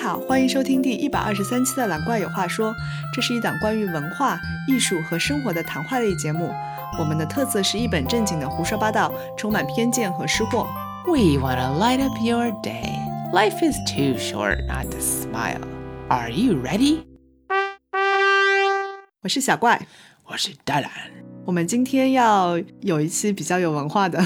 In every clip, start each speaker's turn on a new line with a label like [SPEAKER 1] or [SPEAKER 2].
[SPEAKER 1] 好，欢迎收听第一百二十三期的《蓝怪有话说》，这是一档关于文化、艺术和生活的谈话类节目。我们的特色是一本正经的胡说八道，充满偏见和失货。
[SPEAKER 2] We want to light up your day. Life is too short not to smile. Are you ready?
[SPEAKER 1] 我是小怪，
[SPEAKER 2] 我是大然。
[SPEAKER 1] 我们今天要有一期比较有文化的，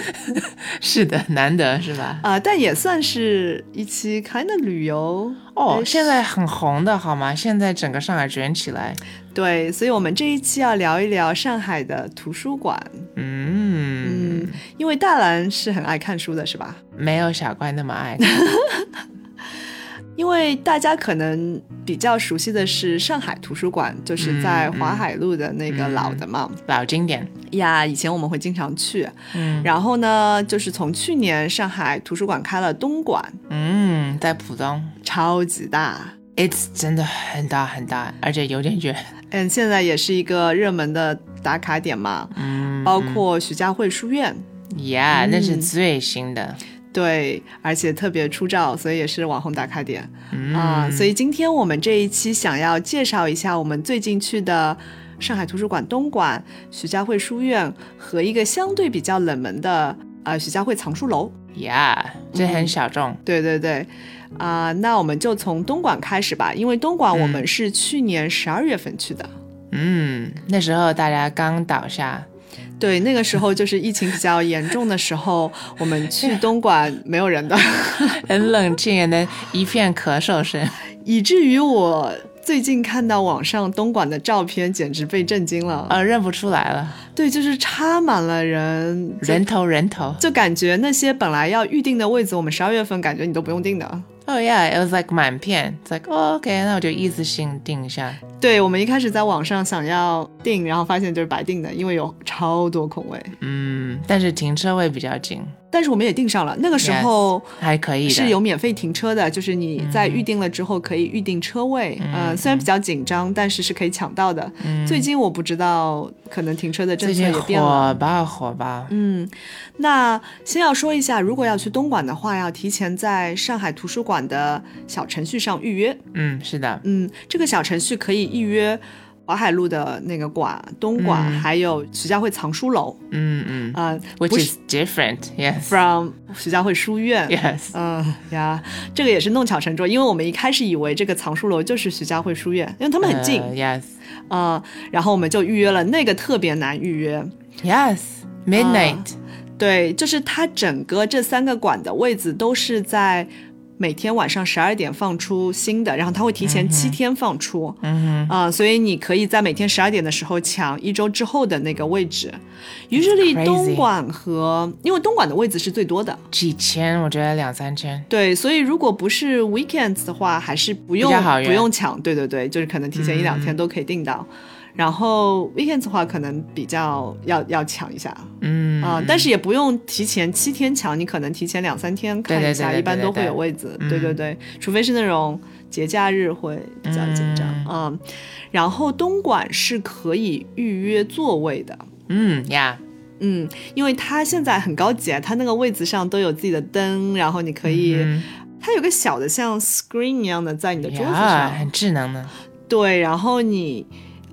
[SPEAKER 2] 是的，难得是吧？
[SPEAKER 1] 啊、但也算是一期 kind of 旅游
[SPEAKER 2] 哦，
[SPEAKER 1] 哎
[SPEAKER 2] 现在很红的好吗？现在整个上海卷起来。
[SPEAKER 1] 对，所以我们这一期要聊一聊上海的图书馆。
[SPEAKER 2] 嗯，
[SPEAKER 1] 嗯，因为大兰是很爱看书的，是吧？
[SPEAKER 2] 没有小怪那么爱看。
[SPEAKER 1] 因为大家可能比较熟悉的是上海图书馆，
[SPEAKER 2] 嗯
[SPEAKER 1] 就是在华海路的那个老的嘛。
[SPEAKER 2] 老经典。
[SPEAKER 1] 呀，以前我们会经常去。
[SPEAKER 2] 嗯
[SPEAKER 1] 然后呢，就是从去年上海图书馆开了东馆，
[SPEAKER 2] 嗯，在浦东
[SPEAKER 1] 超级大。
[SPEAKER 2] ，It's 真的很大很大，而且有点卷。
[SPEAKER 1] 嗯，现在也是一个热门的打卡点嘛，
[SPEAKER 2] 嗯，
[SPEAKER 1] 包括徐家汇书院，
[SPEAKER 2] Yeah，、那是
[SPEAKER 1] 嗯
[SPEAKER 2] 最新的。
[SPEAKER 1] 对，而且特别出照，所以也是网红打卡点。
[SPEAKER 2] 嗯
[SPEAKER 1] 啊，所以今天我们这一期想要介绍一下我们最近去的上海图书馆东馆、徐家汇书院和一个相对比较冷门的呃徐家汇藏书楼。
[SPEAKER 2] ，Yeah，这很
[SPEAKER 1] 嗯
[SPEAKER 2] 小众。
[SPEAKER 1] 对对对，啊、那我们就从东馆开始吧，因为东馆我们是去年十二月份去的，
[SPEAKER 2] 嗯，那时候大家刚倒下，
[SPEAKER 1] 对，那个时候就是疫情比较严重的时候，我们去东馆没有人的，
[SPEAKER 2] 很冷静的一片咳嗽声。
[SPEAKER 1] 以至于我。最近看到网上东馆的照片，简直被震惊了。
[SPEAKER 2] 呃，认不出来了，
[SPEAKER 1] 对，就是插满了人，就
[SPEAKER 2] 人头人头。
[SPEAKER 1] 就感觉那些本来要预定的位子，我们十二月份感觉你都不用定的。
[SPEAKER 2] Oh yeah, it was like 满片。It's like、oh, OK，那我就一次性订一下。
[SPEAKER 1] 对我们一开始在网上想要订，然后发现就是白订的，因为有超多空位。
[SPEAKER 2] 嗯，但是停车位比较近，
[SPEAKER 1] 但是我们也订上了，那个时候
[SPEAKER 2] 还可以的。嗯
[SPEAKER 1] 是有免费停车的，就是你在预定了之后可以预定车位。嗯、虽然比较紧张，但是是可以抢到的。最近我不知道，可能停车的政
[SPEAKER 2] 嗯最
[SPEAKER 1] 策
[SPEAKER 2] 近
[SPEAKER 1] 也变了。
[SPEAKER 2] 火爆火爆。
[SPEAKER 1] 嗯，那先要说一下，如果要去东莞的话，要提前在上海图书馆的小程序上预约。
[SPEAKER 2] 嗯，是的。
[SPEAKER 1] 嗯，这个小程序可以预约淮海路的那个馆、东馆，
[SPEAKER 2] 嗯
[SPEAKER 1] 还有徐家汇藏书楼
[SPEAKER 2] 嗯嗯
[SPEAKER 1] 啊、不
[SPEAKER 2] ，Which
[SPEAKER 1] 是
[SPEAKER 2] is different. Yes.
[SPEAKER 1] from 徐家汇书院。
[SPEAKER 2] Yes.
[SPEAKER 1] 嗯呀，这个也是弄巧成拙，因为我们一开始以为这个藏书楼就是徐家汇书院，因为他们很近
[SPEAKER 2] Uh, yes.
[SPEAKER 1] 啊、然后我们就预约了，那个特别难预约。
[SPEAKER 2] Yes.
[SPEAKER 1] 啊
[SPEAKER 2] Midnight.
[SPEAKER 1] 对，就是它整个这三个馆的位置都是在每天晚上十二点放出新的，然后它会提前七天放出。
[SPEAKER 2] 嗯
[SPEAKER 1] 啊、所以你可以在每天十二点的时候抢一周之后的那个位置。usually
[SPEAKER 2] crazy
[SPEAKER 1] 东莞和因为东莞的位置是最多的，
[SPEAKER 2] 哼，几千，我觉得两三千。
[SPEAKER 1] 对，所以如果不是 weekends 的话，还是不用
[SPEAKER 2] 比较好
[SPEAKER 1] 不
[SPEAKER 2] 约嗯
[SPEAKER 1] 用抢，对对对，就是可能提前一两天都可以订到。然后 weekends 的话，可能比较要要抢一下啊、
[SPEAKER 2] 嗯
[SPEAKER 1] 但是也不用提前七天抢，你可能提前两三天看一下，
[SPEAKER 2] 对对对对对嗯
[SPEAKER 1] 一般都会有位子。对对对，除非是那种节假日会比较紧张啊、嗯然后东莞是可以预约座位的，
[SPEAKER 2] 嗯，Yeah.
[SPEAKER 1] 嗯，因为它现在很高级啊，它那个位子上都有自己的灯，然后你可以，
[SPEAKER 2] 嗯
[SPEAKER 1] 它有个小的像 screen 一样的在你的桌子
[SPEAKER 2] 呀，
[SPEAKER 1] 上
[SPEAKER 2] 很智能呢。
[SPEAKER 1] 对，然后你。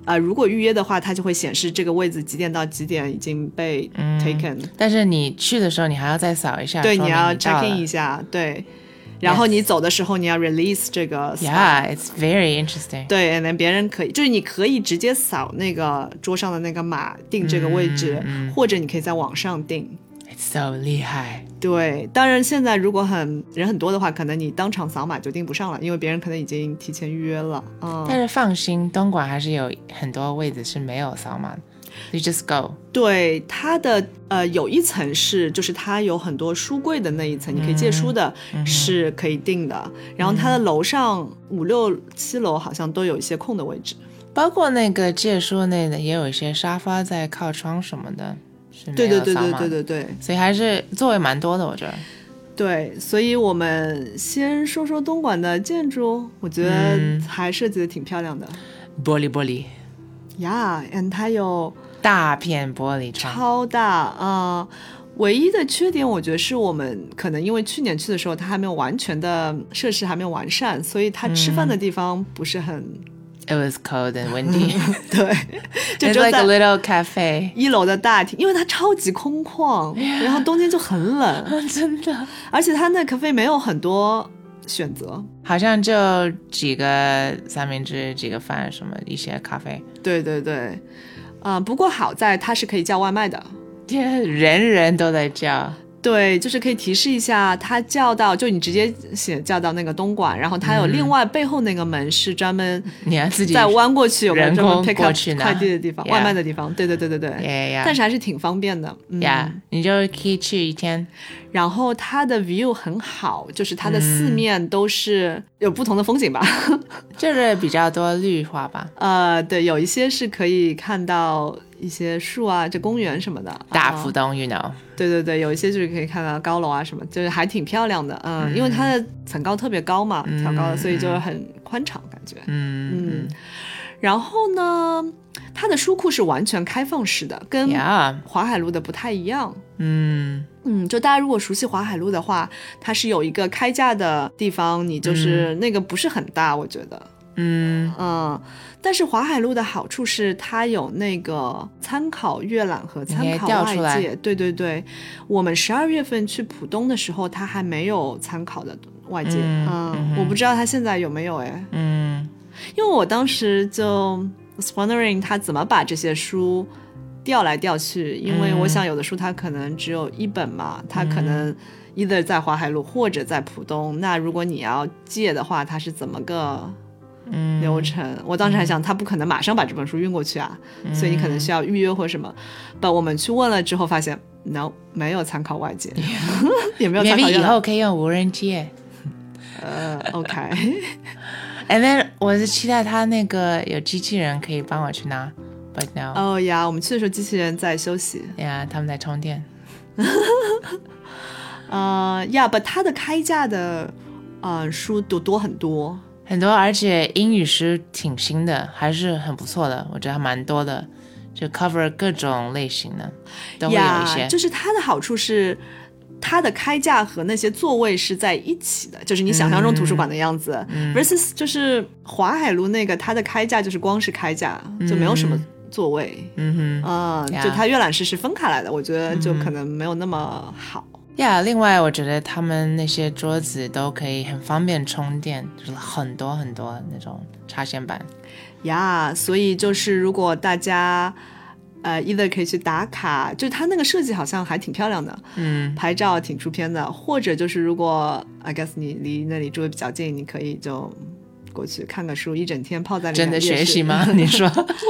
[SPEAKER 1] 呃，如果预约的话，它就会显示这个位子几点到几点已经被
[SPEAKER 2] 嗯
[SPEAKER 1] taken，、
[SPEAKER 2] 但是你去的时候，你还要再扫一下，
[SPEAKER 1] 对，
[SPEAKER 2] 说
[SPEAKER 1] 你
[SPEAKER 2] 明
[SPEAKER 1] 要
[SPEAKER 2] 到
[SPEAKER 1] check in
[SPEAKER 2] 了
[SPEAKER 1] 一下，对，然后你走的时候你要 release 这个 spot
[SPEAKER 2] Yeah, it's very interesting.
[SPEAKER 1] 对，那别人可以，就是你可以直接扫那个桌上的那个码定这个位置，
[SPEAKER 2] 嗯嗯
[SPEAKER 1] 或者你可以在网上定，
[SPEAKER 2] It's so 厉害。
[SPEAKER 1] 对，当然现在如果很人很多的话，可能你当场扫码就订不上了，因为别人可能已经提前预约了。嗯，
[SPEAKER 2] 但是放心，东莞还是有很多位置是没有扫码的。You just go。
[SPEAKER 1] 对，它的呃有一层是就是它有很多书柜的那一层，你可以借
[SPEAKER 2] 嗯
[SPEAKER 1] 书的，是可以订的。然后它的楼上五六七楼好像都有一些空的位置。
[SPEAKER 2] 包括那个借书那的，也有一些沙发在靠窗什么的，是没
[SPEAKER 1] 对
[SPEAKER 2] 有
[SPEAKER 1] 对对
[SPEAKER 2] 扫
[SPEAKER 1] 对
[SPEAKER 2] 码
[SPEAKER 1] 对
[SPEAKER 2] 的。
[SPEAKER 1] 对对
[SPEAKER 2] 所以还是座位蛮多的，我觉得。
[SPEAKER 1] 对，所以我们先说说东莞的建筑，我觉得
[SPEAKER 2] 嗯
[SPEAKER 1] 还设计的挺漂亮的
[SPEAKER 2] 玻璃玻璃，
[SPEAKER 1] 呀。Yeah, and 它有
[SPEAKER 2] 大片玻璃窗。
[SPEAKER 1] 超大啊、呃唯一的缺点，我觉得是我们可能因为去年去的时候，它还没有完全的设施还没有完善，所以它吃饭的地方不是很、
[SPEAKER 2] It was cold and windy.
[SPEAKER 1] 对， 就
[SPEAKER 2] it's
[SPEAKER 1] 只有
[SPEAKER 2] like a
[SPEAKER 1] 在
[SPEAKER 2] little cafe.
[SPEAKER 1] 一楼的大厅，因为它超级空旷，然后冬天就很冷，
[SPEAKER 2] 真的，
[SPEAKER 1] 而且它那咖啡没有很多选择。
[SPEAKER 2] 好像就几个三明治、几个饭什么一些咖啡，人人都有。
[SPEAKER 1] 对对对，啊、不过好在它是可以叫外卖的。对，就是可以提示一下，它叫到就你直接写叫到那个东莞，然后它有另外背后那个门是专门
[SPEAKER 2] 你嗯要自己
[SPEAKER 1] 再弯过去有个
[SPEAKER 2] 人
[SPEAKER 1] 专门
[SPEAKER 2] 工
[SPEAKER 1] pick
[SPEAKER 2] 过
[SPEAKER 1] up
[SPEAKER 2] 去拿
[SPEAKER 1] 快递的地方，
[SPEAKER 2] Yeah
[SPEAKER 1] 外卖的地方。对对对对对
[SPEAKER 2] Yeah, yeah.
[SPEAKER 1] 但是还是挺方便的。嗯、
[SPEAKER 2] 呀，你就可以去一天。
[SPEAKER 1] 然后它的 view 很好，就是它
[SPEAKER 2] 嗯
[SPEAKER 1] 的四面都是有不同的风景吧。
[SPEAKER 2] 就是比较多绿化吧，
[SPEAKER 1] 呃，对，有一些是可以看到一些树啊，这公园什么的。
[SPEAKER 2] 大
[SPEAKER 1] 啊
[SPEAKER 2] 浦东，you know，
[SPEAKER 1] 对对对，有一些就是可以看到高楼啊什么，就是还挺漂亮的。嗯，因为它的层高特别高嘛，挑高的，所以就是很宽敞感觉。
[SPEAKER 2] 嗯
[SPEAKER 1] 嗯，然后呢，它的书库是完全开放式的，跟
[SPEAKER 2] 呀，
[SPEAKER 1] 淮海路的不太一样。
[SPEAKER 2] 嗯
[SPEAKER 1] 嗯，就大家如果熟悉淮海路的话，它是有一个开架的地方，你就是、那个不是很大，我觉得。
[SPEAKER 2] 嗯
[SPEAKER 1] 嗯，但是淮海路的好处是它有那个参考阅览和
[SPEAKER 2] 你可
[SPEAKER 1] 参
[SPEAKER 2] 以
[SPEAKER 1] 考
[SPEAKER 2] 调
[SPEAKER 1] 外
[SPEAKER 2] 出来
[SPEAKER 1] 界。对对对，我们十二月份去浦东的时候，它还没有参考的外界。
[SPEAKER 2] 嗯嗯哼
[SPEAKER 1] 我不知道它现在有没有哎，
[SPEAKER 2] 嗯
[SPEAKER 1] 因为我当时就 was wondering 它怎么把这些书。调来调去，因为我
[SPEAKER 2] 嗯
[SPEAKER 1] 想有的书它可能只有一本嘛，它可能 either 在淮海路或者在浦东。那如果你要借的话，它是怎么个
[SPEAKER 2] 嗯，
[SPEAKER 1] 流程。我当时还想，他不可能马上把这本书运过去啊，
[SPEAKER 2] 嗯
[SPEAKER 1] 所以你可能需要预约或什么。但我们去问了之后，发现 no 没有参考外 界，也没有参考
[SPEAKER 2] maybe
[SPEAKER 1] 阅
[SPEAKER 2] 以
[SPEAKER 1] 览。
[SPEAKER 2] 后可以用无人机。
[SPEAKER 1] 呃，OK，
[SPEAKER 2] And then 我是期待它那个有机器人可以帮我去拿，but no，
[SPEAKER 1] 哦呀，我们去的时候机器人在休息。
[SPEAKER 2] 呀，他们在充电。
[SPEAKER 1] 呃呀，不，它的开价的呃书多多很多。
[SPEAKER 2] 很多，而且英语是挺新的，还是很不错的，我觉得还蛮多的，就 cover 各种类型的，都会有一些
[SPEAKER 1] 呀，。就是它的好处是。它的开价和那些座位是在一起的，就是你想象中图书馆的样子、v
[SPEAKER 2] 嗯
[SPEAKER 1] e r s u s 就是华海路那个，它的开价就是光是开价，就没有什么座位，
[SPEAKER 2] 嗯哼，
[SPEAKER 1] 啊，
[SPEAKER 2] 呀
[SPEAKER 1] 就它阅览室是分开来的，我觉得就可能没有那么好。
[SPEAKER 2] 呀、另外我觉得他们那些桌子都可以很方便充电，就是很多很多那种插线板。
[SPEAKER 1] 呀所以就是如果大家。呃，either 可以去打卡，就它那个设计好像还挺漂亮的，
[SPEAKER 2] 嗯
[SPEAKER 1] 拍照挺出片的。或者就是如果 I guess 你离那里住的比较近，你可以就过去看个书，一整天泡在里面。
[SPEAKER 2] 真的
[SPEAKER 1] 也
[SPEAKER 2] 学
[SPEAKER 1] 是
[SPEAKER 2] 习？吗？ 你说，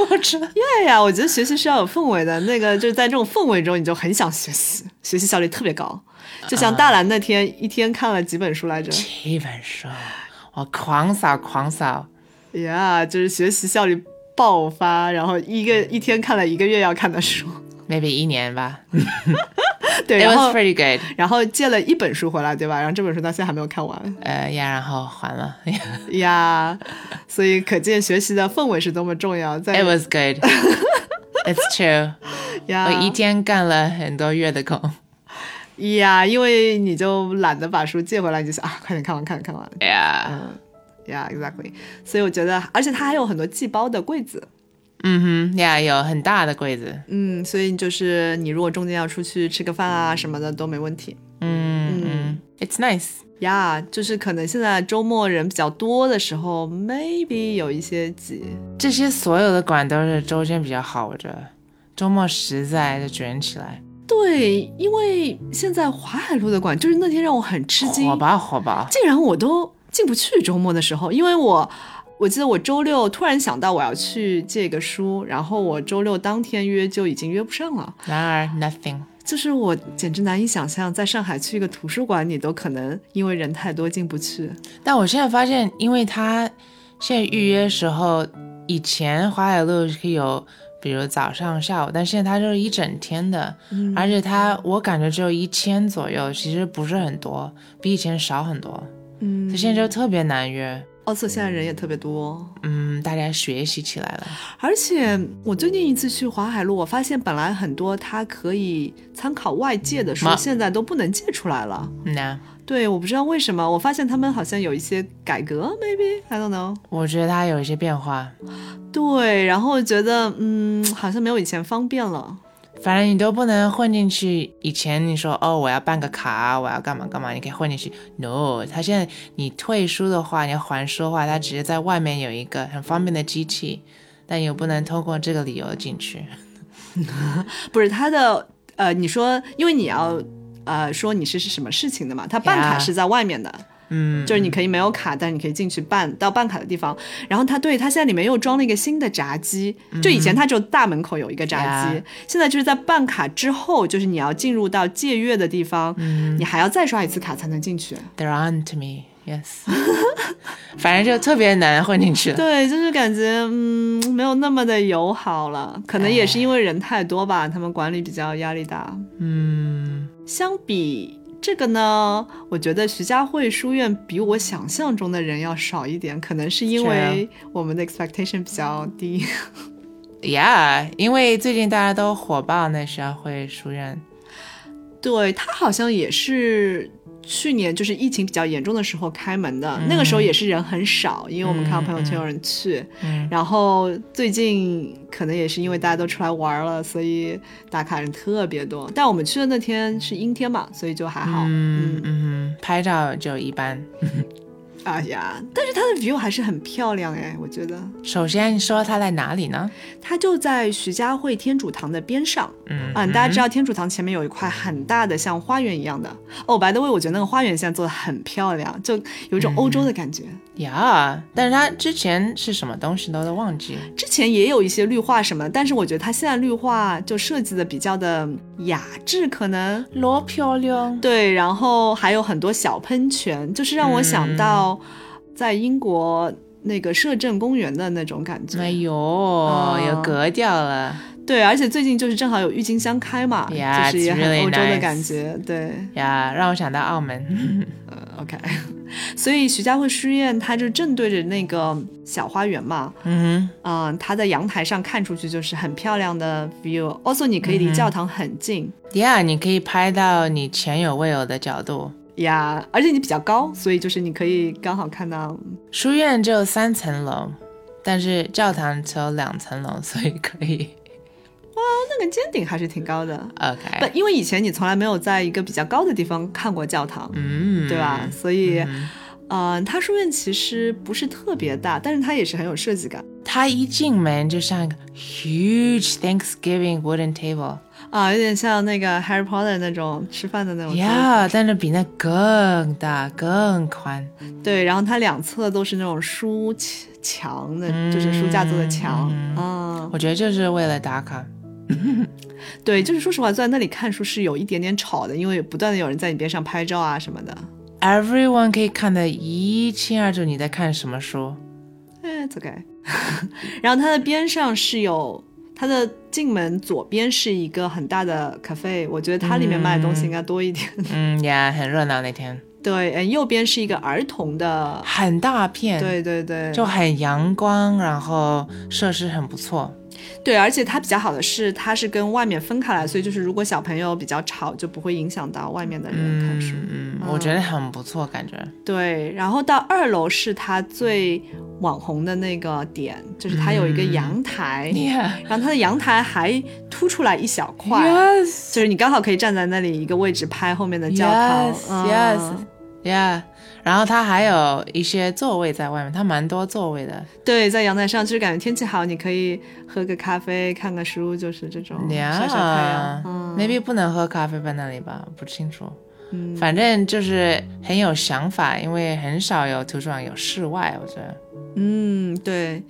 [SPEAKER 2] 我知道。
[SPEAKER 1] 对呀、我觉得学习是要有氛围的。那个就是在这种氛围中，你就很想学习，学习效率特别高。就像大兰那天、一天看了几本书来着。
[SPEAKER 2] 这本书我狂扫狂扫，
[SPEAKER 1] 呀就是学习效率爆发，然后一
[SPEAKER 2] 嗯
[SPEAKER 1] 个一天看了一个月要看的书，
[SPEAKER 2] ，maybe 一年吧。
[SPEAKER 1] 对，
[SPEAKER 2] It
[SPEAKER 1] 然后
[SPEAKER 2] was pretty good。
[SPEAKER 1] 然后借了一本书回来，对吧？然后这本书到现在还没有看完
[SPEAKER 2] 呃呀，然后还了。
[SPEAKER 1] 呀所以可见学习的氛围是多么重要。在
[SPEAKER 2] It was good. It's true.
[SPEAKER 1] 呀
[SPEAKER 2] 我一天干了很多月的工。
[SPEAKER 1] 呀，因为你就懒得把书借回来，你就想啊，快点看完，看完，看完。
[SPEAKER 2] Yeah.
[SPEAKER 1] 呀、e x a c t l y 所以我觉得，而且它还有很多寄包的柜子，
[SPEAKER 2] 嗯哼，Yeah，有很大的柜子。
[SPEAKER 1] 嗯，所以就是你如果中间要出去吃个饭啊什么的都没问题。
[SPEAKER 2] 嗯嗯，It's nice.
[SPEAKER 1] 呀就是可能现在周末人比较多的时候，maybe 有一些挤。
[SPEAKER 2] 这些所有的馆都是周间比较好，我觉得周末实在就卷起来，
[SPEAKER 1] 对，因为现在淮海路的馆，就是那天让我很吃惊
[SPEAKER 2] 火，爆火爆。
[SPEAKER 1] 竟然我都进不去。周末的时候，因为我我记得我周六突然想到我要去借个书，然后我周六当天约就已经约不上了。
[SPEAKER 2] 然而 nothing，
[SPEAKER 1] 就是我简直难以想象，在上海去一个图书馆，你都可能因为人太多进不去。
[SPEAKER 2] 但我现在发现，因为它现在预约时候，以前淮海路是有，比如早上、下午，但现在它就是一整天的，而且它我感觉只有一千左右，其实不是很多，比以前少很多，
[SPEAKER 1] 嗯
[SPEAKER 2] 所以现在就特别难约。
[SPEAKER 1] 奥测现在人也特别多，
[SPEAKER 2] 嗯，大家学习起来了。
[SPEAKER 1] 而且我最近一次去华海路，我发现本来很多它可以参考外界的书，
[SPEAKER 2] 嗯
[SPEAKER 1] 现在都不能借出来了。
[SPEAKER 2] 嗯呐，
[SPEAKER 1] 对，我不知道为什么，我发现他们好像有一些改革，maybe I don't know。
[SPEAKER 2] 我觉得它有一些变化。
[SPEAKER 1] 对，然后觉得嗯，好像没有以前方便了。
[SPEAKER 2] 反正你都不能混进去。以前你说哦，我要办个卡，我要干嘛干嘛，你可以混进去。No，他现在你退书的话，你要还书的话，他直接在外面有一个很方便的机器，但也不能通过这个理由进去。
[SPEAKER 1] 不是他的呃，你说，因为你要呃说你是是什么事情的嘛，他办卡
[SPEAKER 2] Yeah
[SPEAKER 1] 是在外面的。
[SPEAKER 2] 嗯，
[SPEAKER 1] 就是你可以没有卡，但是你可以进去办到办卡的地方。然后它对它现在里面又装了一个新的闸机，就以前它只有大门口有一个闸机，
[SPEAKER 2] Yeah
[SPEAKER 1] 现在就是在办卡之后，就是你要进入到借阅的地方，你还要再刷一次卡才能进去。
[SPEAKER 2] They're on to me. Yes，反正就特别难混进去 了。
[SPEAKER 1] 对，就是感觉嗯没有那么的友好了，可能也是因为人太多
[SPEAKER 2] 哎
[SPEAKER 1] 吧，他们管理比较压力大。
[SPEAKER 2] 嗯，
[SPEAKER 1] 相比这个呢，我觉得徐家汇书院比我想象中的人要少一点，可能是因
[SPEAKER 2] 是啊
[SPEAKER 1] 为我们的 expectation 比较低。
[SPEAKER 2] Yeah，因为最近大家都火爆那时候会书院，
[SPEAKER 1] 对他好像也是去年就是疫情比较严重的时候开门的，那个时候也是人很少，因为我们看到朋友圈有人去。
[SPEAKER 2] 嗯
[SPEAKER 1] 然后最近可能也是因为大家都出来玩了，所以打卡人特别多。但我们去的那天是阴天嘛，所以就还好。
[SPEAKER 2] 嗯嗯，拍照就一般。
[SPEAKER 1] 哎呀，但是它的 view 还是很漂亮哎，我觉得
[SPEAKER 2] 首先说它在哪里呢？
[SPEAKER 1] 它就在徐家汇天主堂的边上。
[SPEAKER 2] 嗯
[SPEAKER 1] 嗯，大家知道天主堂前面有一块很大的像花园一样的哦，白的味，我觉得那个花园现在做的很漂亮，就有一种欧洲
[SPEAKER 2] 嗯
[SPEAKER 1] 的感觉。
[SPEAKER 2] 呀但是它之前是什么东西都都忘记了。
[SPEAKER 1] 之前也有一些绿化什么，但是我觉得它现在绿化就设计的比较的雅致，可能
[SPEAKER 2] 罗漂亮，
[SPEAKER 1] 对，然后还有很多小喷泉，就是让我想
[SPEAKER 2] 嗯
[SPEAKER 1] 到在英国那个摄政公园的那种感觉。
[SPEAKER 2] 哎呦，
[SPEAKER 1] 啊
[SPEAKER 2] 有格调了。
[SPEAKER 1] 对，而且最近就是正好有郁金香开嘛
[SPEAKER 2] Yeah,
[SPEAKER 1] 就是也
[SPEAKER 2] it's
[SPEAKER 1] 很
[SPEAKER 2] really
[SPEAKER 1] 欧洲的
[SPEAKER 2] nice.
[SPEAKER 1] 感觉。对，
[SPEAKER 2] 呀让我想到澳门。
[SPEAKER 1] 呃，OK，所 以徐家汇书院它就正对着那个小花园嘛，
[SPEAKER 2] 嗯
[SPEAKER 1] 嗯，它在阳台上看出去就是很漂亮的 view。also，你可以
[SPEAKER 2] 嗯
[SPEAKER 1] 离教堂很近
[SPEAKER 2] 哼，Yeah，你可以拍到你前有未有的角度。
[SPEAKER 1] 呀而且你比较高，所以就是你可以刚好看到。
[SPEAKER 2] 书院只有三层楼，但是教堂只有两层楼，所以可以。
[SPEAKER 1] 那个尖顶还是挺高的，不
[SPEAKER 2] OK，，
[SPEAKER 1] 因为以前你从来没有在一个比较高的地方看过教堂，
[SPEAKER 2] 嗯，
[SPEAKER 1] 对吧？？所以，
[SPEAKER 2] 嗯
[SPEAKER 1] 嗯、它书院其实不是特别大，但是它也是很有设计感
[SPEAKER 2] 它一进门就像一个 huge Thanksgiving wooden table。
[SPEAKER 1] 啊，有点像那个 Harry Potter 那种吃饭的那种桌子。
[SPEAKER 2] 呀，但是比那更大更宽，
[SPEAKER 1] 对，然后它两侧都是那种书墙墙的，就是书架做的墙
[SPEAKER 2] 嗯
[SPEAKER 1] 啊、
[SPEAKER 2] 我觉得就是为了打卡。
[SPEAKER 1] 对，就是说实话，坐在那里看书是有一点点吵的，因为不断的有人在你边上拍照啊什么的。
[SPEAKER 2] Everyone 可以看得一清二楚你在看什么 书。
[SPEAKER 1] 哎，it's OK。然后它的边上是有它的进门左边是一个很大的 cafe，我觉得它里面卖的东西应该多一点。
[SPEAKER 2] 嗯呀，很热闹那天，
[SPEAKER 1] 对，嗯，右边是一个儿童的，
[SPEAKER 2] 很大片，，
[SPEAKER 1] 对对对，
[SPEAKER 2] 就很阳光，然后设施很不错。
[SPEAKER 1] 对，而且它比较好的是，它是跟外面分开来，所以就是如果小朋友比较吵，就不会影响到外面的人看书。
[SPEAKER 2] 嗯，我觉得很不错，感觉。
[SPEAKER 1] 对，然后到二楼是它最网红的那个点，就是它有一
[SPEAKER 2] 嗯
[SPEAKER 1] 个阳
[SPEAKER 2] 哎
[SPEAKER 1] 台，
[SPEAKER 2] Yeah，
[SPEAKER 1] 然后它的阳台还凸出来一小块。
[SPEAKER 2] Yes，
[SPEAKER 1] 就是你刚好可以站在那里一个位置拍后面的教堂
[SPEAKER 2] Yes, yes,
[SPEAKER 1] 嗯
[SPEAKER 2] yeah。然后它还有一些座位在外面，它蛮多座位的。
[SPEAKER 1] 对，在阳台上就是感觉天气好，你可以喝个咖啡、看个书，就是这种晒晒太阳。嗯
[SPEAKER 2] Yeah，maybe 不能喝咖啡吧？那里吧，不清楚。
[SPEAKER 1] 嗯，
[SPEAKER 2] 反正就是很有想法，因为很少有图书馆有室外，我觉得。
[SPEAKER 1] 嗯，对。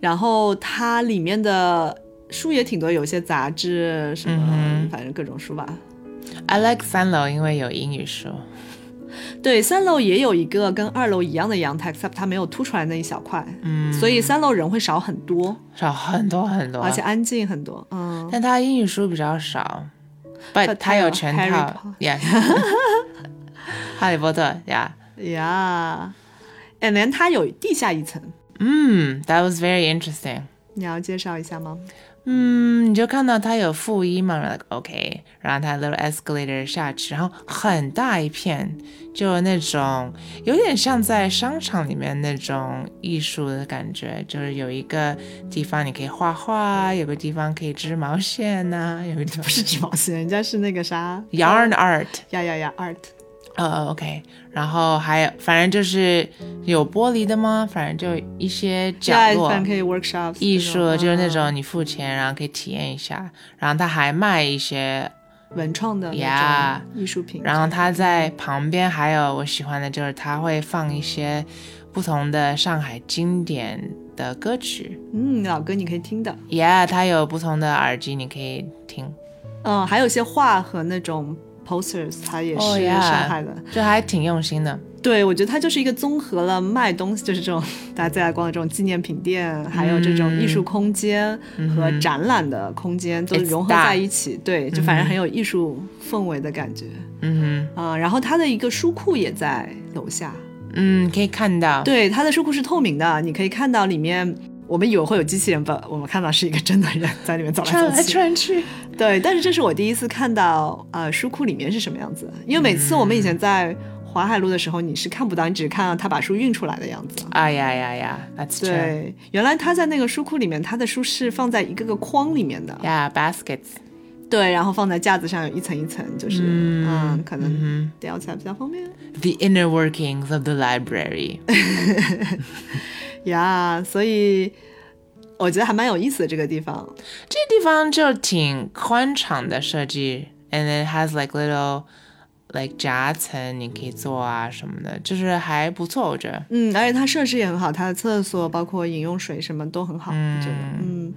[SPEAKER 1] 然后它里面的书也挺多，有一些杂志什么，
[SPEAKER 2] 嗯
[SPEAKER 1] 反正各种书吧。
[SPEAKER 2] I like 三楼，因为有英语书。
[SPEAKER 1] 对，三楼也有一个跟二楼一样的阳台，except 它没有凸出来那一小块，
[SPEAKER 2] 嗯，
[SPEAKER 1] 所以三楼人会少很多，
[SPEAKER 2] 少很多很多，
[SPEAKER 1] 而且安静很多。嗯，
[SPEAKER 2] 但它英语书比较少，but
[SPEAKER 1] But
[SPEAKER 2] 它有全
[SPEAKER 1] 它有
[SPEAKER 2] 套
[SPEAKER 1] Harry
[SPEAKER 2] ，yeah，哈利波特，yeah，
[SPEAKER 1] 呀，and then 它有地下一层，
[SPEAKER 2] 嗯，That was very interesting。
[SPEAKER 1] 你要介绍一下 吗？
[SPEAKER 2] 嗯，你就看到它有负一嘛，like OK，然后它 little escalator 下去，然后很大一片，就那种有点像在商场里面那种艺术的感觉，就是有一个地方你可以画画，有个地方可以织毛线呐、 有个地方
[SPEAKER 1] 不是织毛线，人家是那个啥
[SPEAKER 2] yarn art，
[SPEAKER 1] 呀呀呀 art，
[SPEAKER 2] 呃、o k 然后还有反正就是有玻璃的吗？反正就一些角
[SPEAKER 1] 对，
[SPEAKER 2] 落，
[SPEAKER 1] 反正可以 workshops
[SPEAKER 2] 艺术就是那
[SPEAKER 1] 嗯
[SPEAKER 2] 种你付钱，然后可以体验一下，然后他还卖一些，
[SPEAKER 1] 文创的那
[SPEAKER 2] 呀
[SPEAKER 1] 种艺术品，
[SPEAKER 2] 然后他在旁边还有我喜欢的就是他会放一些不同的上海经典的歌曲
[SPEAKER 1] 嗯，老哥你可以听的，
[SPEAKER 2] ，Yeah，他有不同的耳机你可以听，
[SPEAKER 1] 嗯，还有一些画和那种 posters，它也
[SPEAKER 2] 哦
[SPEAKER 1] 是
[SPEAKER 2] 呀
[SPEAKER 1] 上海的。
[SPEAKER 2] 就还挺用心的。
[SPEAKER 1] 对，我觉得它就是一个综合了卖东西，就是这种 大家最爱逛的这种纪念品店，还有这种艺术空间和展览的空间都
[SPEAKER 2] It's
[SPEAKER 1] 融合在一起。对，就反正很有艺术氛围的感觉。
[SPEAKER 2] 嗯
[SPEAKER 1] 啊、然后它的一个书库也在楼下。
[SPEAKER 2] 哼，嗯，可以看到，
[SPEAKER 1] 对，它的书库是透明的，你可以看到里面。我们以为会有机器人吧，我们看到是一个真的人在里面走来
[SPEAKER 2] 转
[SPEAKER 1] 走
[SPEAKER 2] 来
[SPEAKER 1] 去。
[SPEAKER 2] 转去，
[SPEAKER 1] 对，但是这是我第一次看到呃书库里面是什么样子，因为每次我们以前在淮海路的时候，你是看不到，你只看到他把书运出来的样子。
[SPEAKER 2] 啊呀呀呀，That's true。
[SPEAKER 1] 对，原来他在那个书库里面，他的书是放在一个个框里面的，
[SPEAKER 2] Yeah, baskets.
[SPEAKER 1] 对，然后放在架子上有一层一层，就是嗯可能吊起来比较方便
[SPEAKER 2] The inner workings of the library.
[SPEAKER 1] 呀所以我觉得还蛮有意思的这个地方。
[SPEAKER 2] 这地方就挺宽敞的设计，and then has like little like 夹层，你可以坐啊什么的，就是还不错，我觉得。
[SPEAKER 1] 嗯，而且它设施也很好，它的厕所包括饮用水什么都很好，我觉得嗯。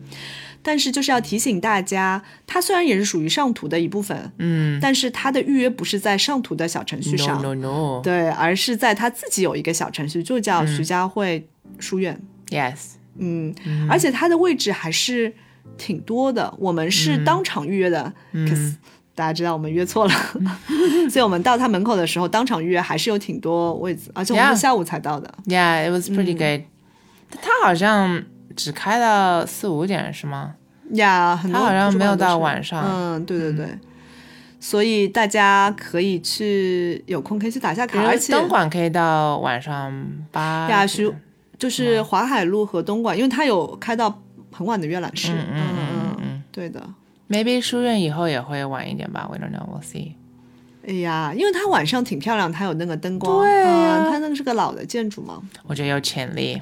[SPEAKER 1] 但是就是要提醒大家，它虽然也是属于上图的一部分，嗯，但是它的预约不是在上图的小程序上
[SPEAKER 2] No no no.
[SPEAKER 1] 对，而是在它自己有一个小程序，就叫徐家汇书院，
[SPEAKER 2] Yes.
[SPEAKER 1] 嗯，而且它的位置还是挺多的，我们
[SPEAKER 2] 嗯
[SPEAKER 1] 是当场预约的、可是大家知道我们约 错了，所以我们到它门口的时候，当场预约还是有挺多位子，而且我们
[SPEAKER 2] Yeah
[SPEAKER 1] 是下午才到的。
[SPEAKER 2] Yeah, it was pretty good. 但它好像只开到四五点是吗？
[SPEAKER 1] 呀，很多
[SPEAKER 2] 它好像
[SPEAKER 1] 图书馆
[SPEAKER 2] 没有
[SPEAKER 1] 都是
[SPEAKER 2] 到晚上
[SPEAKER 1] 嗯，对对对，所以大家可以去有空可以去打下
[SPEAKER 2] 比
[SPEAKER 1] 卡，
[SPEAKER 2] 如
[SPEAKER 1] 而且
[SPEAKER 2] 东莞可以到晚上八
[SPEAKER 1] 呀，徐
[SPEAKER 2] 嗯
[SPEAKER 1] 就是华海路和东莞，因为它有开到很晚的阅览室。嗯嗯嗯对的。
[SPEAKER 2] Maybe 书院以后也会晚一点吧，We don't know, we'll see.
[SPEAKER 1] 哎呀，因为它晚上挺漂亮，它有那个灯光。
[SPEAKER 2] 对呀
[SPEAKER 1] 嗯它那个是个老的建筑嘛。
[SPEAKER 2] 我觉得有潜 力。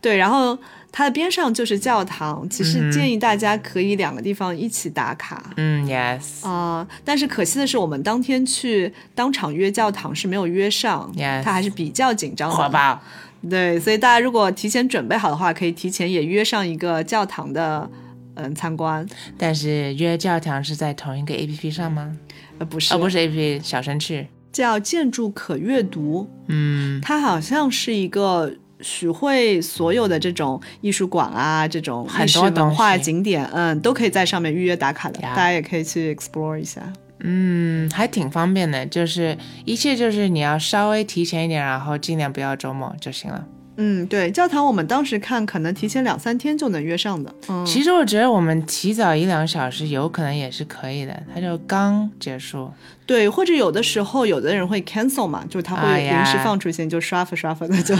[SPEAKER 1] 对，然后它的边上就是教堂，其实建议大家可以两个地方一起打卡。
[SPEAKER 2] 嗯，Yes,
[SPEAKER 1] 啊、但是可惜的是，我们当天去当场约教堂是没有约上
[SPEAKER 2] Yes
[SPEAKER 1] 它还是比较紧张的。
[SPEAKER 2] 火爆。
[SPEAKER 1] 对，所以大家如果提前准备好的话，可以提前也约上一个教堂的嗯参观。
[SPEAKER 2] 但是约教堂是在同一个 A P P 上吗？
[SPEAKER 1] 呃，不是，
[SPEAKER 2] 哦，不是 A P P，小程序。
[SPEAKER 1] 叫建筑可阅读，
[SPEAKER 2] 嗯
[SPEAKER 1] 它好像是一个。徐汇所有的这种艺术馆啊，这种
[SPEAKER 2] 很
[SPEAKER 1] 历史
[SPEAKER 2] 多
[SPEAKER 1] 文
[SPEAKER 2] 东
[SPEAKER 1] 化
[SPEAKER 2] 西
[SPEAKER 1] 景点，嗯，都可以在上面预约打卡的
[SPEAKER 2] Yeah
[SPEAKER 1] 大家也可以去 explore 一下。
[SPEAKER 2] 嗯，还挺方便的，就是一切就是你要稍微提前一点，然后尽量不要周末就行了。
[SPEAKER 1] 嗯，对，教堂我们当时看，可能提前两三天就能约上的。嗯，
[SPEAKER 2] 其实我觉得我们提早一两小时有可能也是可以的，它就刚结束。
[SPEAKER 1] 对，或者有的时候有的人会 cancel 嘛，就是他
[SPEAKER 2] 哎
[SPEAKER 1] 会
[SPEAKER 2] 呀
[SPEAKER 1] 临时放出一些，你就刷发刷发的就。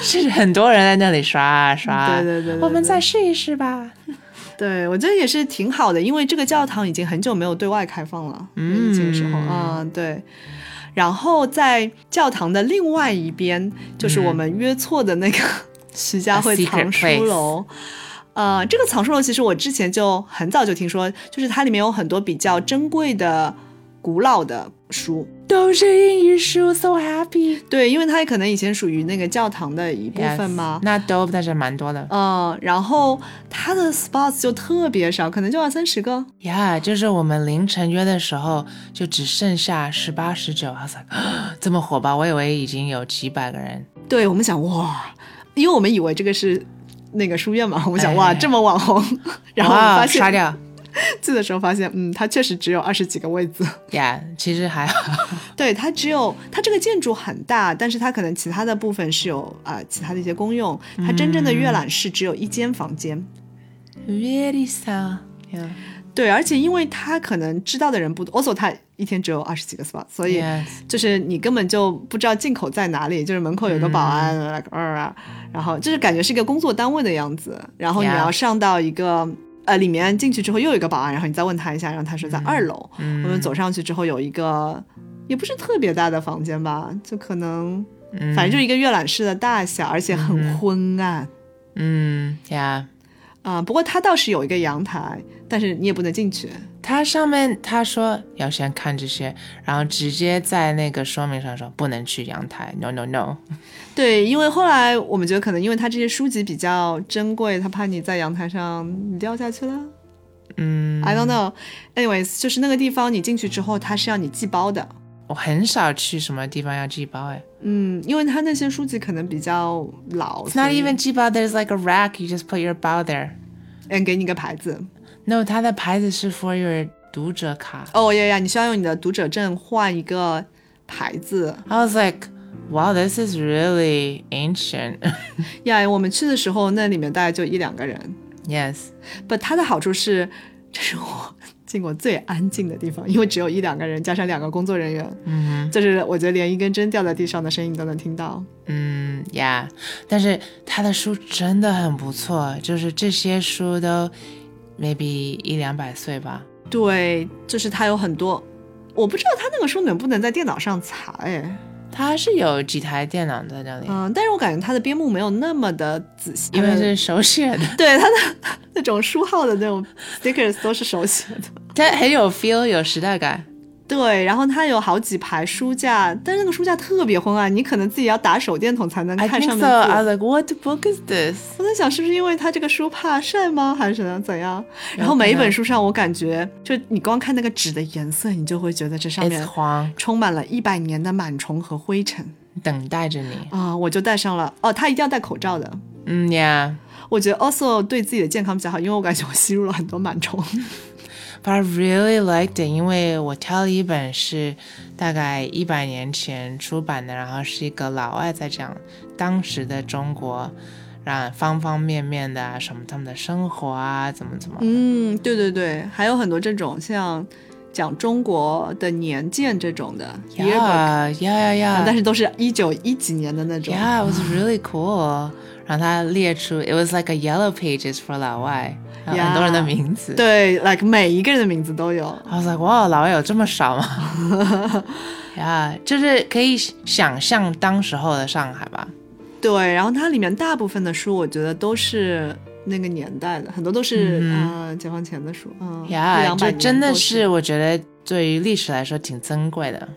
[SPEAKER 2] 是很多人在那里刷啊刷，
[SPEAKER 1] 嗯 对对对对对
[SPEAKER 2] 我们再试一试吧。
[SPEAKER 1] 对，我觉得也是挺好的，因为这个教堂已经很久没有对外开放了，疫情的时候啊、嗯，对。然后在教堂的另外一边，就是我们约错的 那个徐家汇
[SPEAKER 2] 嗯 A secret
[SPEAKER 1] 藏书楼。呃，这个藏书楼其实我之前就很早就听说，就是它里面有很多比较珍贵的、古老的书，
[SPEAKER 2] 都是英语书，so happy。
[SPEAKER 1] 对，因为它可能以前属于那个教堂的一部分嘛。
[SPEAKER 2] 那都但是蛮多的。
[SPEAKER 1] 嗯，然后它的 spots 就特别少，可能就二三十个。
[SPEAKER 2] 呀，就是我们凌晨约的时候，就只剩下十八、十九。I was like，啊 这么火吧？我以为已经有几百个人。
[SPEAKER 1] 对我们想哇，因为我们以为这个是那个书院嘛，我们想哇
[SPEAKER 2] 哎
[SPEAKER 1] 这么网红，然后我们
[SPEAKER 2] 哇
[SPEAKER 1] 发
[SPEAKER 2] 刷
[SPEAKER 1] 现
[SPEAKER 2] 掉。
[SPEAKER 1] 去的时候发现，嗯，它确实只有二十几个位 子。
[SPEAKER 2] 呀其实还 好，
[SPEAKER 1] 对，它只有它这个建筑很大，但是它可能其他的部分是有啊、呃其他的一些功用。它真正的阅览室只有一间房间。
[SPEAKER 2] 嗯 very sad。Yeah.
[SPEAKER 1] 对，而且因为它可能知道的人不多，also 它一天只有二十几个 spot，所以
[SPEAKER 2] Yes.
[SPEAKER 1] 就是你根本就不知道进口在哪里，就是门口有个保安、l i k e 呃啊，然后就是感觉是一个工作单位的样子，然后你
[SPEAKER 2] Yeah.
[SPEAKER 1] 要上到一个。呃，里面进去之后又有一个保安，然后你再问他一下，然后他说在二楼。我们走上去之后有一个，也不是特别大的房间吧，就可能，反正就一个阅览室的大小，而且很昏暗。
[SPEAKER 2] 嗯呀。Yeah.
[SPEAKER 1] 啊、不过它倒是有一个阳台，但是你也不能进去。
[SPEAKER 2] 它上面他说要先看这些，然后直接在那个说明上说不能去阳台，no no no。
[SPEAKER 1] 对，因为后来我们觉得可能因为它这些书籍比较珍贵，他怕你在阳台上你掉下去了。
[SPEAKER 2] 嗯，
[SPEAKER 1] I don't know. Anyways，就是那个地方你进去之后，它是要你寄包的。
[SPEAKER 2] 我很少去什么地方要寄包哎。
[SPEAKER 1] 嗯，因为它那些书籍可能比较老
[SPEAKER 2] It's
[SPEAKER 1] 所
[SPEAKER 2] not
[SPEAKER 1] 以
[SPEAKER 2] even 寄包，there's like a rack, you just put your 包 there.
[SPEAKER 1] and 给你个牌子。
[SPEAKER 2] No，它的牌子是 for your 读者卡。
[SPEAKER 1] 哦呀呀，你需要用你的读者证换一个牌子。
[SPEAKER 2] I was like, wow, this is really ancient.
[SPEAKER 1] 呀、我们去的时候，那里面大概就一两个人。
[SPEAKER 2] yes.
[SPEAKER 1] But 它的好处是，这是我 进过最安静的地方，因为只有一两个人，加上两个工作人员，
[SPEAKER 2] 嗯
[SPEAKER 1] 就是我觉得连一根针掉在地上的声音都能听到。
[SPEAKER 2] 嗯，Yeah，但是他的书真的很不错，就是这些书都 maybe 一两百岁吧。
[SPEAKER 1] 对，就是它有很多，我不知道它那个书能不能在电脑上查哎，
[SPEAKER 2] 它是有几台电脑在那里，
[SPEAKER 1] 嗯，但是我感觉它的编目没有那么的仔细，
[SPEAKER 2] 因为
[SPEAKER 1] 它的
[SPEAKER 2] 是手写 的，
[SPEAKER 1] 对它的那种书号的那种 stickers 都是手写的。
[SPEAKER 2] 它很有 feel，有时代感。
[SPEAKER 1] 对，然后它有好几排书架，但是那个书架特别昏暗，你可能自己要打手电筒才能
[SPEAKER 2] I
[SPEAKER 1] 看
[SPEAKER 2] think
[SPEAKER 1] 上
[SPEAKER 2] so.
[SPEAKER 1] 面字
[SPEAKER 2] I was like, what book is this?
[SPEAKER 1] 我在想，是不是因为他这个书怕晒吗，还是怎样怎样？然后每一本书上，我感觉就你光看那个纸的颜色，你就会觉得这上
[SPEAKER 2] It's
[SPEAKER 1] 面
[SPEAKER 2] 黄，
[SPEAKER 1] 充满了一百年的螨虫和灰尘
[SPEAKER 2] 等待着你。
[SPEAKER 1] 啊、我就戴上了。哦，他一定要戴口罩的。
[SPEAKER 2] 嗯呀、
[SPEAKER 1] 我觉得 also 对自己的健康比较好，因为我感觉我吸入了很多螨 虫。
[SPEAKER 2] But I really liked it，因为我挑了一本是大概一百年前出版的，然后是一个老外在讲当时的中国，让方方面面的啊什么他们的生活啊，怎么怎么。
[SPEAKER 1] 嗯，对对对，还有很多这种像讲中国的年鉴这种的 yearbook，
[SPEAKER 2] 呀呀呀！
[SPEAKER 1] 但是都是一九一几年的那种。
[SPEAKER 2] Yeah, it was really cool. 然后他列出，it was like a yellow pages for 老外，然后
[SPEAKER 1] Yeah.
[SPEAKER 2] 很多人的名字。
[SPEAKER 1] 对，like 每一个人的名字都有。
[SPEAKER 2] I was like, 哇，老外有这么 少吗 ？Yeah，就是可以想象当时候的上海吧。
[SPEAKER 1] 对，然后它里面大部分的书，我觉得都是那个年代的，很多都是、
[SPEAKER 2] 嗯
[SPEAKER 1] 呃解放前的书，嗯，一
[SPEAKER 2] 呀，
[SPEAKER 1] 两
[SPEAKER 2] 这
[SPEAKER 1] 百
[SPEAKER 2] 真的
[SPEAKER 1] 年都
[SPEAKER 2] 是
[SPEAKER 1] 是。
[SPEAKER 2] 我觉得对于历史来说挺珍贵的。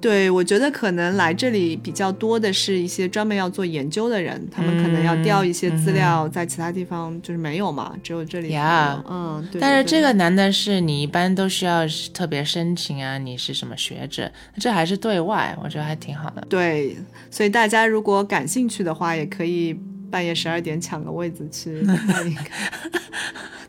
[SPEAKER 1] 对，我觉得可能来这里比较多的是一些专门要做研究的人，他们可能要
[SPEAKER 2] 嗯
[SPEAKER 1] 调一些资料，在其他地方就是没有嘛，只有这里才有。
[SPEAKER 2] 呀
[SPEAKER 1] 嗯，对。
[SPEAKER 2] 但是
[SPEAKER 1] 对
[SPEAKER 2] 这
[SPEAKER 1] 对
[SPEAKER 2] 个难的是，你一般都需要特别申请啊，你是什么学者，这还是对外，我觉得还挺好的。
[SPEAKER 1] 对，所以大家如果感兴趣的话，也可以半夜十二点抢个位子 去看一看。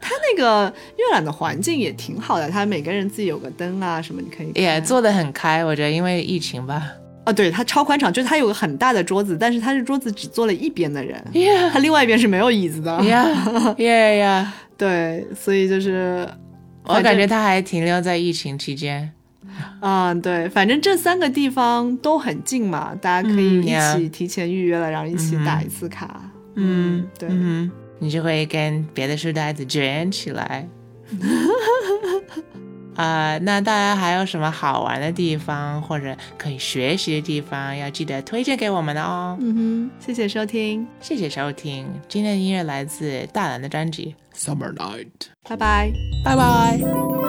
[SPEAKER 1] 它那个阅览的环境也挺好的，它每个人自己有个灯啊什么，你可以看。
[SPEAKER 2] 也做得很开，我觉得因为疫 情吧。
[SPEAKER 1] 哦，对，它超宽敞，就是它有个很大的桌子，但是它这桌子只坐了一边的人，
[SPEAKER 2] Yeah.
[SPEAKER 1] 它另外一边是没有椅子的。
[SPEAKER 2] Yeah, yeah, yeah.
[SPEAKER 1] 对，所以就是，反
[SPEAKER 2] 我
[SPEAKER 1] 正
[SPEAKER 2] 感觉他还停留在疫情期间。
[SPEAKER 1] 嗯，对，反正这三个地方都很近嘛，大家可以
[SPEAKER 2] 嗯
[SPEAKER 1] 一起
[SPEAKER 2] ，yeah
[SPEAKER 1] 提前预约了，然后一起打一次卡。嗯，对。
[SPEAKER 2] 嗯，你就会跟别的书呆子卷起来。 啊、那大家还有什么好玩的地方或者可以学习的地方，要记得推荐给我们哦。
[SPEAKER 1] 嗯哼，谢谢收听，
[SPEAKER 2] 谢谢收听，今天的音乐来自大蓝的专辑《Summer Night》，
[SPEAKER 1] 拜拜。
[SPEAKER 2] 拜拜。